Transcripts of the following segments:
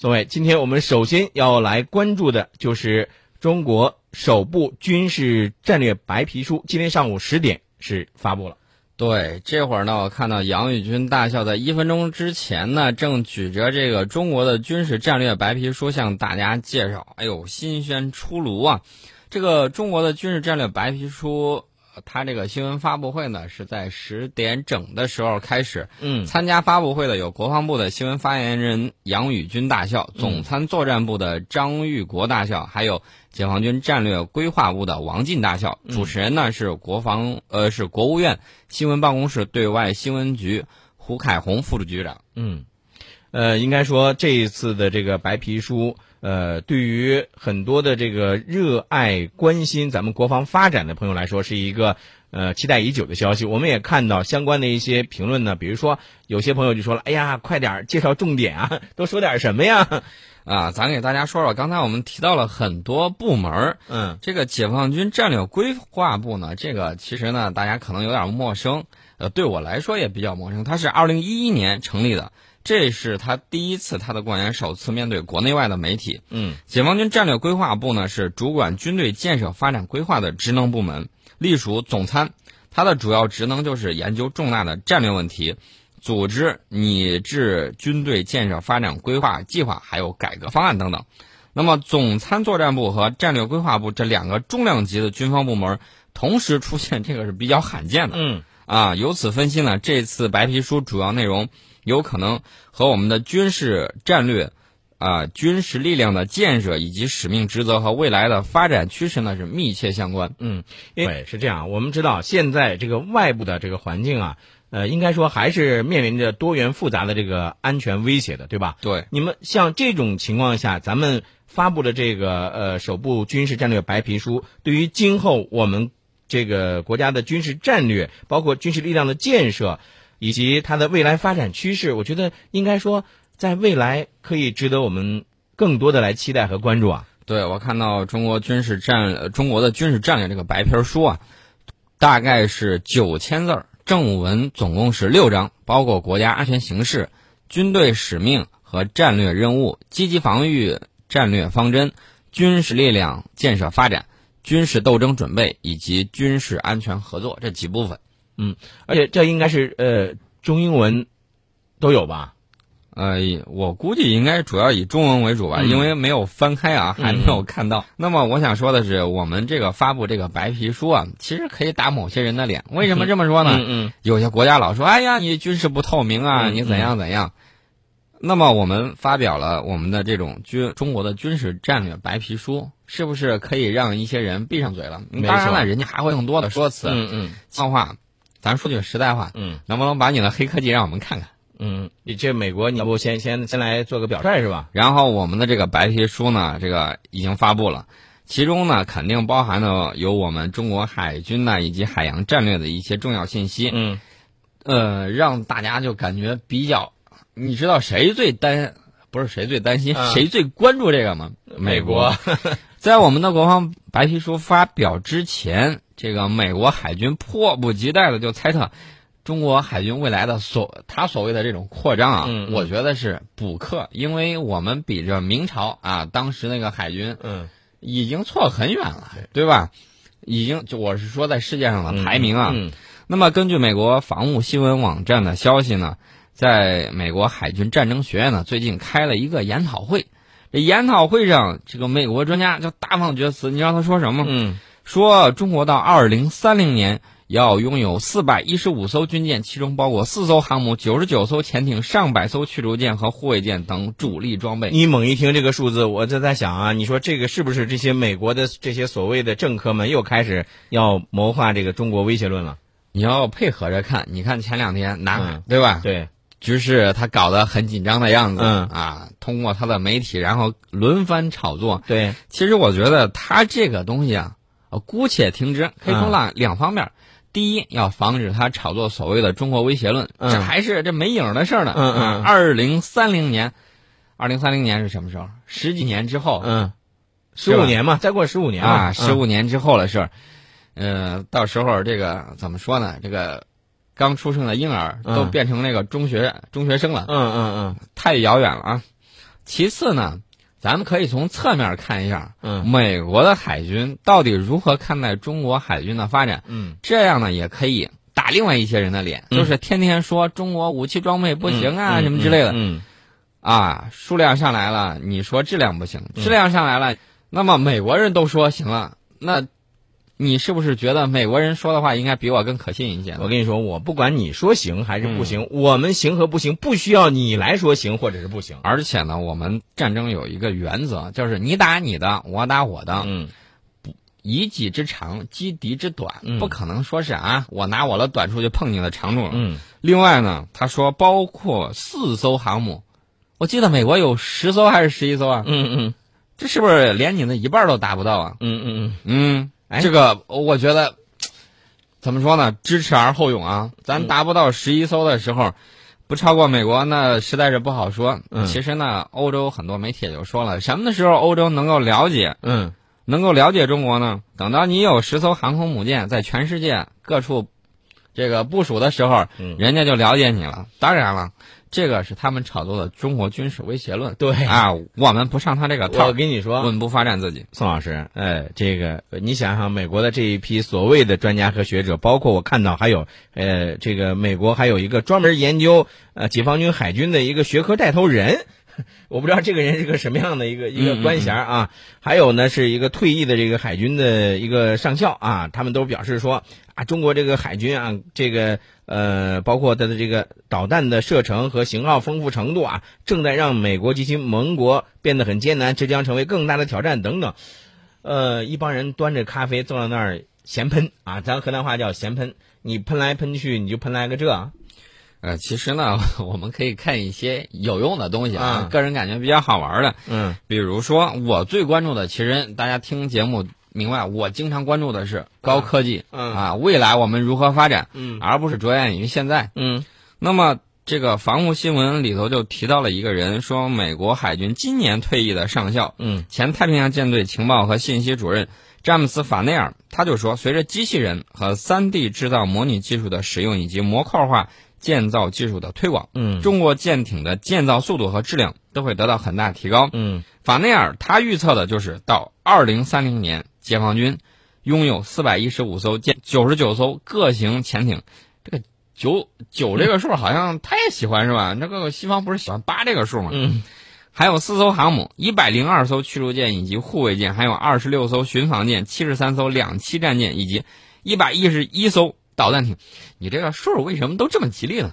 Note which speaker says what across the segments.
Speaker 1: 各位，今天我们首先要来关注的就是中国首部军事战略白皮书，今天上午十点是发布了。
Speaker 2: 对，这会儿呢，我看到杨宇军大校在一分钟之前呢，正举着这个中国的军事战略白皮书向大家介绍。哎呦，新鲜出炉啊！这个中国的军事战略白皮书，呃它这个新闻发布会呢是在十点整的时候开始。
Speaker 1: 嗯，
Speaker 2: 参加发布会的有国防部的新闻发言人杨宇军大校、总参作战部的张玉国大校，还有解放军战略规划部的王进大校。主持人呢是国防呃是国务院新闻办公室对外新闻局胡凯红副局长。
Speaker 1: 嗯，呃，应该说这一次的这个白皮书，呃，对于很多的这个热爱关心咱们国防发展的朋友来说，是一个呃期待已久的消息。我们也看到相关的一些评论呢，比如说有些朋友就说了：“哎呀，快点儿介绍重点啊，都说点什么呀
Speaker 2: 啊，咱给大家说说，刚才我们提到了很多部门儿，？”
Speaker 1: 嗯
Speaker 2: 这个解放军战略规划部呢，这个其实呢，大家可能有点陌生，呃，对我来说也比较陌生。它是二零一一年成立的，这是它第一次，它的官员首次面对国内外的媒体。
Speaker 1: 嗯
Speaker 2: 解放军战略规划部呢，是主管军队建设发展规划的职能部门，隶属总参。它的主要职能就是研究重大的战略问题，组织拟制军队建设发展规划、计划，还有改革方案等等。那么，总参作战部和战略规划部这两个重量级的军方部门同时出现，这个是比较罕见的。
Speaker 1: 嗯
Speaker 2: 啊，由此分析呢，这次白皮书主要内容有可能和我们的军事战略、啊、军事力量的建设以及使命、职责和未来的发展趋势呢是密切相关。
Speaker 1: 嗯，对，是这样。我们知道现在这个外部的这个环境啊，呃，应该说还是面临着多元复杂的这个安全威胁的，对吧？
Speaker 2: 对，
Speaker 1: 你们像这种情况下，咱们发布的这个呃首部军事战略白皮书，对于今后我们这个国家的军事战略，包括军事力量的建设，以及它的未来发展趋势，我觉得应该说，在未来可以值得我们更多的来期待和关注啊。
Speaker 2: 对我看到中国军事战呃中国的军事战略这个白皮儿书啊，大概是九千字儿，正文总共是六章，包括国家安全形势、军队使命和战略任务、积极防御战略方针、军事力量建设发展、军事斗争准备以及军事安全合作这几部分。
Speaker 1: 而且这应该是呃中英文都有吧？
Speaker 2: 呃，我估计应该主要以中文为主吧，
Speaker 1: 嗯
Speaker 2: 因为没有翻开啊，还没
Speaker 1: 嗯
Speaker 2: 有看到。那么我想说的是，我们这个发布这个白皮书啊，其实可以打某些人的脸。为什么这么说呢？
Speaker 1: 嗯
Speaker 2: 有些国家老说，哎呀，你军事不透明啊，
Speaker 1: 嗯
Speaker 2: 你怎样怎样。那么我们发表了我们的这种军中国的军事战略白皮书，是不是可以让一些人闭上嘴了？
Speaker 1: 没错
Speaker 2: 当然了，人家还会更多的说辞。
Speaker 1: 嗯嗯
Speaker 2: 脏话，咱说句实在话，
Speaker 1: 嗯
Speaker 2: 能不能把你的黑科技让我们看看？
Speaker 1: 嗯，你这美国你要不先先先来做个表率是吧？
Speaker 2: 然后我们的这个白皮书呢，这个已经发布了，其中呢肯定包含了有我们中国海军呐以及海洋战略的一些重要信息，
Speaker 1: 嗯
Speaker 2: 呃，让大家就感觉比较，你知道谁最担不是谁最担心，
Speaker 1: 嗯
Speaker 2: 谁最关注这个吗？
Speaker 1: 美
Speaker 2: 嗯国
Speaker 1: 国，
Speaker 2: 在我们的国防白皮书发表之前，这个美国海军迫不及待的就猜测。中国海军未来的所，他所谓的这种扩张啊，
Speaker 1: 嗯嗯
Speaker 2: 我觉得是补课，因为我们比着明朝啊，当时那个海军
Speaker 1: 嗯。
Speaker 2: 已经错很远了，对吧？已经，就我是说在世界上的排名啊，
Speaker 1: 嗯
Speaker 2: 那么，根据美国防务新闻网站的消息呢，在美国海军战争学院呢，最近开了一个研讨会。这研讨会上，这个美国专家就大放厥词，你让他说什么？
Speaker 1: 嗯
Speaker 2: 说中国到二零三零年要拥有四百一十五艘军舰，其中包括四艘航母、九十九艘潜艇、上百艘驱逐舰和护卫舰等主力装备。
Speaker 1: 你猛一听这个数字，我就在想啊，你说这个是不是这些美国的这些所谓的政客们又开始要谋划这个中国威胁论了？
Speaker 2: 你要配合着看，你看前两天南海，
Speaker 1: 嗯
Speaker 2: 对吧？
Speaker 1: 对，
Speaker 2: 局势他搞得很紧张的样子，
Speaker 1: 嗯
Speaker 2: 啊，通过他的媒体，然后轮番炒作。
Speaker 1: 对，
Speaker 2: 其实我觉得他这个东西啊，呃姑且听之，可以
Speaker 1: 嗯
Speaker 2: 从两、两方面。第一，要防止他炒作所谓的中国威胁论，
Speaker 1: 嗯
Speaker 2: 这还是这没影儿的事儿呢。啊
Speaker 1: 嗯嗯
Speaker 2: 二零三零年，二零三零年是什么时候？十几年之后、
Speaker 1: 嗯，
Speaker 2: 是
Speaker 1: 十
Speaker 2: 吧
Speaker 1: 五年嘛，再过十五年嘛
Speaker 2: 啊，十
Speaker 1: 嗯
Speaker 2: 五年之后的事儿。呃，到时候这个怎么说呢？这个刚出生的婴儿都
Speaker 1: 嗯
Speaker 2: 变成那个中学、中学生了。
Speaker 1: 嗯嗯
Speaker 2: 太遥远了啊。其次呢，咱们可以从侧面看一下
Speaker 1: 嗯
Speaker 2: 美国的海军到底如何看待中国海军的发展，
Speaker 1: 嗯
Speaker 2: 这样呢也可以打另外一些人的脸，
Speaker 1: 嗯
Speaker 2: 就是天天说中国武器装备不行啊、
Speaker 1: 嗯
Speaker 2: 什么之类的、
Speaker 1: 嗯
Speaker 2: 啊，数量上来了，你说质量不行，
Speaker 1: 嗯
Speaker 2: 质量上来了，那么美国人都说行了，那你是不是觉得美国人说的话应该比我更可信一些
Speaker 1: 嗯
Speaker 2: 呢？
Speaker 1: 我跟你说，我不管你说行还是不行，我们行和不行不需要你来说行或者是不行。
Speaker 2: 而且呢，我们战争有一个原则，就是你打你的，我打我的，
Speaker 1: 嗯
Speaker 2: 以己之长击敌之短，
Speaker 1: 嗯
Speaker 2: 不可能说是啊，我拿我的短处去碰你的长处。
Speaker 1: 嗯
Speaker 2: 另外呢，他说包括四艘航母，我记得美国有十艘还是十一艘啊？
Speaker 1: 嗯嗯
Speaker 2: 这是不是连你的一半都达不到啊？
Speaker 1: 嗯嗯嗯，
Speaker 2: 嗯，
Speaker 1: 哎
Speaker 2: 这个我觉得怎么说呢？知耻而后勇啊！咱达不到十一艘的时候，不超过美国，那实在是不好说。
Speaker 1: 嗯
Speaker 2: 其实呢，欧洲很多媒体也就说了，什么时候欧洲能够了解，
Speaker 1: 嗯
Speaker 2: 能够了解中国呢？等到你有十艘航空母舰在全世界各处这个部署的时候，
Speaker 1: 嗯
Speaker 2: 人家就了解你了。当然了，这个是他们炒作的中国军事威胁论。
Speaker 1: 对
Speaker 2: 啊，我们不上他这个套
Speaker 1: 哎 我，跟你说，啊
Speaker 2: 稳步发展自己。
Speaker 1: 宋老师，呃，这个呃你想想，美国的这一批所谓的专家和学者，包括我看到还有，呃，这个美国还有一个专门研究呃解放军海军的一个学科带头人， 我不知道这个人是个什么样的一个一个官衔啊。还有呢，是一个退役的这个海军的一个上校啊，他们都表示说啊，中国这个海军啊，这个呃，包括它的这个导弹的射程和型号丰富程度啊，正在让美国及其盟国变得很艰难，这将成为更大的挑战等等。呃，一帮人端着咖啡坐到那儿闲喷啊，咱河南话叫闲喷，你喷来喷去，你就喷来个这啊，
Speaker 2: 呃，其实呢， 我们可以看一些有用的东西啊
Speaker 1: 啊，
Speaker 2: 个人感觉比较好玩的，
Speaker 1: 嗯
Speaker 2: 比如说我最关注的，其实大家听节目明白，我经常关注的是高科技
Speaker 1: 嗯
Speaker 2: 啊，未来我们如何发展，
Speaker 1: 嗯
Speaker 2: 而不是着眼于现在。
Speaker 1: 嗯
Speaker 2: 那么这个防务新闻里头就提到了一个人，说美国海军今年退役的上校，
Speaker 1: 嗯
Speaker 2: 前太平洋舰队情报和信息主任詹姆斯·法内尔，他就说，随着机器人和 3D 制造模拟技术的使用以及模块化建造技术的推广，
Speaker 1: 嗯
Speaker 2: 中国舰艇的建造速度和质量都会得到很大提高。
Speaker 1: 嗯
Speaker 2: 法内尔他预测的就是到2030年，解放军拥有415艘舰、99艘各型潜艇。这个九九这个数好像他也喜欢是吧？那个西方不是喜欢八这个数吗？
Speaker 1: 嗯
Speaker 2: 还有四艘航母、一百零二艘驱逐舰以及护卫舰，还有二十六艘巡防舰、七十三艘两栖战舰以及一百一十一艘导弹艇。你这个数儿为什么都这么吉利呢？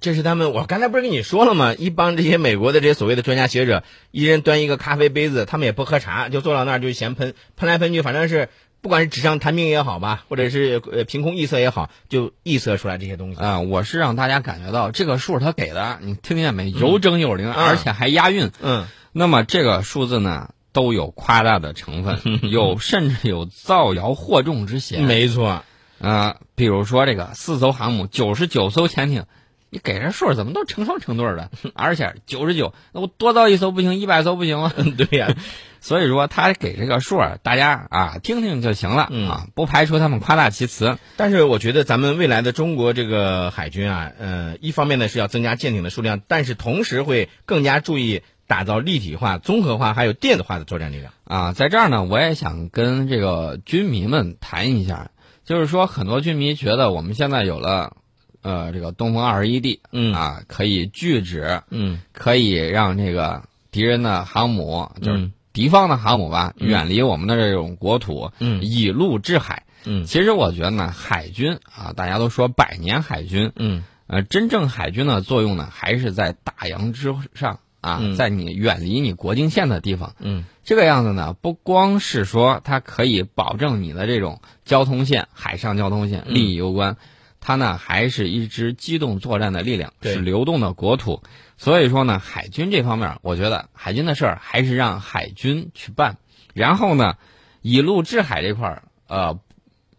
Speaker 1: 这是他们，我刚才不是跟你说了吗？一帮这些美国的这些所谓的专家学者，一人端一个咖啡杯子，他们也不喝茶，就坐到那儿就闲喷，喷来喷去，反正是不管是纸上谈兵也好吧，或者是呃凭空臆测也好，就臆测出来这些东西。
Speaker 2: 啊、我是让大家感觉到这个数儿他给的，你听见没？有整有零，而且还押韵。
Speaker 1: 嗯
Speaker 2: 那么这个数字呢，都有夸大的 成分，有甚至有造谣惑众之嫌。
Speaker 1: 没错，
Speaker 2: 啊，比如说这个四艘航母、九十九艘潜艇，你给这数儿怎么都成双成对儿 的？而且九十九，那我多造一艘不行，一百艘不行吗？
Speaker 1: 对呀、
Speaker 2: 所以说他给这个数儿，大家啊听听就行了、
Speaker 1: 嗯
Speaker 2: 啊，不排除他们夸大其词。
Speaker 1: 但是我觉得咱们未来的中国这个海军啊，呃，一方面呢是要增加舰艇的数量，但是同时会更加注意打造立体化、综合化还有电子化的作战力量。
Speaker 2: 啊，在这儿呢，我也想跟这个军迷们谈一下，就是说很多军迷觉得我们现在有了，呃，这个东风二十一 D
Speaker 1: 嗯
Speaker 2: 啊，可以拒止，
Speaker 1: 嗯
Speaker 2: 可以让这个敌人的航母，就是
Speaker 1: 嗯
Speaker 2: 敌方的航母吧，远离我们的这种国土，
Speaker 1: 嗯
Speaker 2: 以陆制海。
Speaker 1: 嗯
Speaker 2: 其实我觉得呢，海军啊，大家都说百年海军，
Speaker 1: 嗯
Speaker 2: 呃，真正海军的作用呢，还是在大洋之上啊，
Speaker 1: 嗯
Speaker 2: 在你远离你国境线的地方。
Speaker 1: 嗯
Speaker 2: 这个样子呢，不光是说它可以保证你的这种交通线、海上交通线
Speaker 1: 嗯
Speaker 2: 利益攸关，它呢还是一支机动作战的力量，
Speaker 1: 对
Speaker 2: 是流动的国土。所以说呢，海军这方面，我觉得海军的事儿还是让海军去办。然后呢，以陆制海这块儿，呃，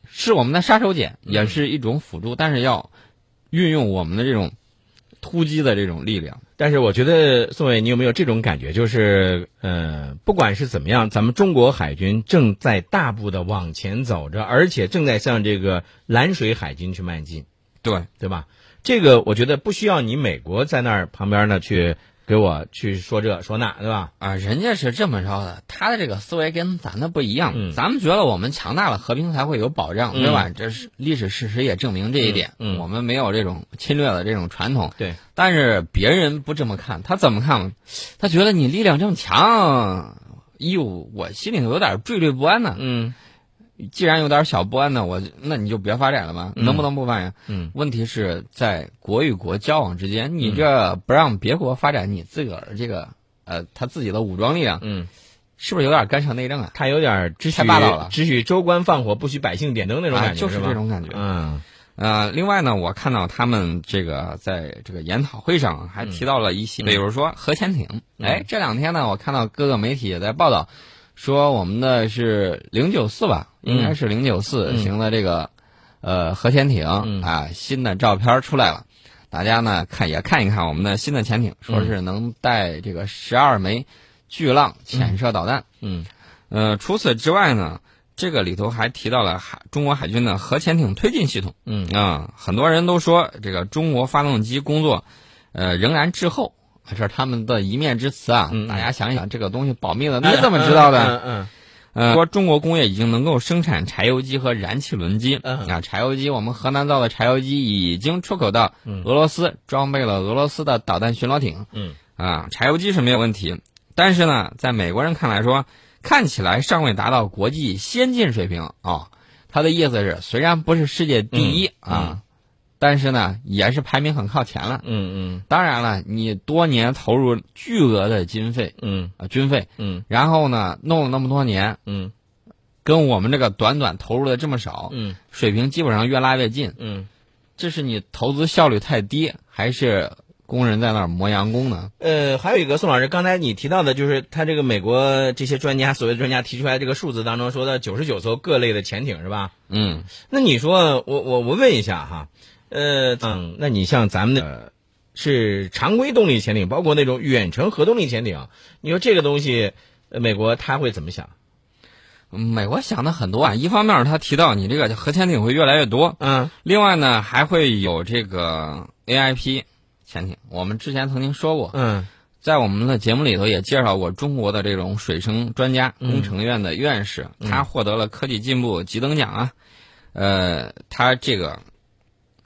Speaker 2: 是我们的杀手锏，
Speaker 1: 嗯
Speaker 2: 也是一种辅助，但是要运用我们的这种突击的这种力量。
Speaker 1: 但是我觉得宋伟，你有没有这种感觉？就是呃，不管是怎么样，咱们中国海军正在大步的往前走着，而且正在向这个蓝水海军去迈进。
Speaker 2: 对，
Speaker 1: 对吧？这个我觉得不需要你美国在那儿旁边呢去给我去说这说那，对吧？
Speaker 2: 啊，人家是这么着的，他的这个思维跟咱的不一样。
Speaker 1: 嗯
Speaker 2: 咱们觉得我们强大了，和平才会有保障，对吧？这是历史事实也证明这一点。
Speaker 1: 嗯嗯
Speaker 2: 我们没有这种侵略的这种传统。
Speaker 1: 对，
Speaker 2: 但是别人不这么看，他怎么看？他觉得你力量这么强，哟，我心里头有点惴惴不安呢。
Speaker 1: 嗯
Speaker 2: 既然有点小不安呢，我就那你就别发展了吧，能不能不发展？
Speaker 1: 嗯，
Speaker 2: 问题是在国与国交往之间，你这不让别国发展你自个儿这个呃他自己的武装力量，
Speaker 1: 嗯，
Speaker 2: 是不是有点干涉内政啊？
Speaker 1: 他有点只许
Speaker 2: 太霸道了
Speaker 1: 只许州官放火，不许百姓点灯那种
Speaker 2: 啊
Speaker 1: 感觉，
Speaker 2: 就是
Speaker 1: 吧
Speaker 2: 这种感觉
Speaker 1: 嗯
Speaker 2: 呃，另外呢，我看到他们这个在这个研讨会上还
Speaker 1: 嗯
Speaker 2: 提到了一些，比如说核潜艇。哎，这两天呢，我看到各个媒体也在报道，说我们的是零九四吧，应
Speaker 1: 嗯
Speaker 2: 该是零九四型的这个、呃核潜艇、
Speaker 1: 嗯
Speaker 2: 啊，新的照片出来了。大家呢看也看一看我们的新的潜艇，
Speaker 1: 嗯
Speaker 2: 说是能带这个十二枚巨浪潜射导弹。
Speaker 1: 嗯
Speaker 2: 呃，除此之外呢，这个里头还提到了海中国海军的核潜艇推进系统。
Speaker 1: 嗯
Speaker 2: 啊、很多人都说这个中国发动机工作，呃，仍然滞后，这是他们的一面之词啊。
Speaker 1: 嗯嗯
Speaker 2: 大家想一想，这个东西保密了，你怎么知道的？
Speaker 1: 嗯嗯
Speaker 2: 呃，说中国工业已经能够生产柴油机和燃气轮机。
Speaker 1: 嗯
Speaker 2: 啊，柴油机，我们河南造的柴油机已经出口到俄罗斯，装备了俄罗斯的导弹巡逻艇。
Speaker 1: 嗯
Speaker 2: 啊，柴油机是没有问题，但是呢，在美国人看来说，看起来尚未达到国际先进水平啊、他的意思是，虽然不是世界第一、
Speaker 1: 嗯
Speaker 2: 啊，但是呢，也是排名很靠前了。
Speaker 1: 嗯
Speaker 2: 当然了，你多年投入巨额的经费
Speaker 1: 嗯
Speaker 2: 啊、呃军费，
Speaker 1: 嗯
Speaker 2: 然后呢，弄了那么多年，
Speaker 1: 嗯
Speaker 2: 跟我们这个短短投入的这么少，
Speaker 1: 嗯
Speaker 2: 水平基本上越拉越近。
Speaker 1: 嗯。
Speaker 2: 这是你投资效率太低，还是工人在那儿磨洋工呢？
Speaker 1: 呃，还有一个宋老师，刚才你提到的，就是他这个美国这些专家，所谓的专家提出来这个数字当中，说到九十九艘各类的潜艇是吧？
Speaker 2: 嗯，
Speaker 1: 那你说，我我我问一下哈，呃，嗯，那你像咱们的呃是常规动力潜艇，包括那种远程核动力潜艇，你说这个东西，呃美国他会怎么想？
Speaker 2: 嗯美国想的很多啊，一方面他提到你这个核潜艇会越来越多，
Speaker 1: 嗯
Speaker 2: 另外呢还会有这个 AIP 潜艇。我们之前曾经说过，
Speaker 1: 嗯
Speaker 2: 在我们的节目里头也介绍过中国的这种水生专家，工程院的院士，他获得了科技进步及等奖啊。呃，他这个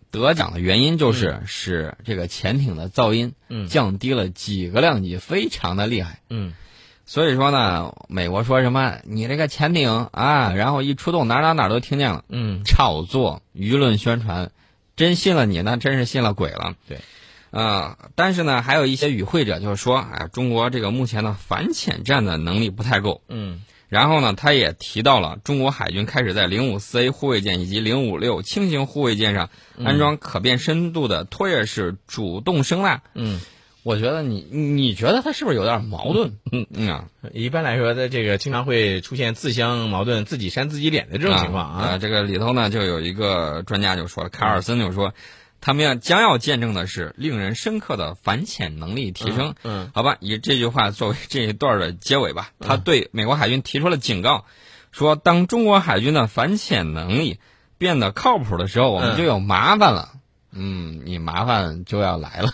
Speaker 2: 得奖的原因就是使这个潜艇的噪音
Speaker 1: 嗯
Speaker 2: 降低了几个量级，非常的厉害。
Speaker 1: 嗯
Speaker 2: 所以说呢，美国说什么你这个潜艇啊，然后一出动哪儿哪儿哪儿都听见了，
Speaker 1: 嗯
Speaker 2: 炒作、舆论宣传，真信了你那真是信了鬼了。
Speaker 1: 对，
Speaker 2: 呃，但是呢，还有一些与会者就是说，啊，中国这个目前的反潜战的能力不太够。
Speaker 1: 嗯
Speaker 2: 然后呢，他也提到了中国海军开始在零五四 A 护卫舰以及零五六轻型护卫舰上安装可变深度的拖曳式主动声呐。
Speaker 1: 嗯，
Speaker 2: 我觉得你你觉得他是不是有点矛盾？嗯嗯啊。
Speaker 1: 一般来说，在这个经常会出现自相矛盾、自己扇自己脸的这种情况
Speaker 2: 啊、
Speaker 1: 啊。
Speaker 2: 呃这个里头呢，就有一个专家就说了，卡尔森就说，他们要将要见证的是令人深刻的反潜能力提升。
Speaker 1: 嗯
Speaker 2: 好吧，以这句话作为这一段的结尾吧。他对美国海军提出了警告，说当中国海军的反潜能力变得靠谱的时候，我们
Speaker 1: 嗯
Speaker 2: 就有麻烦了。嗯，你麻烦就要来了。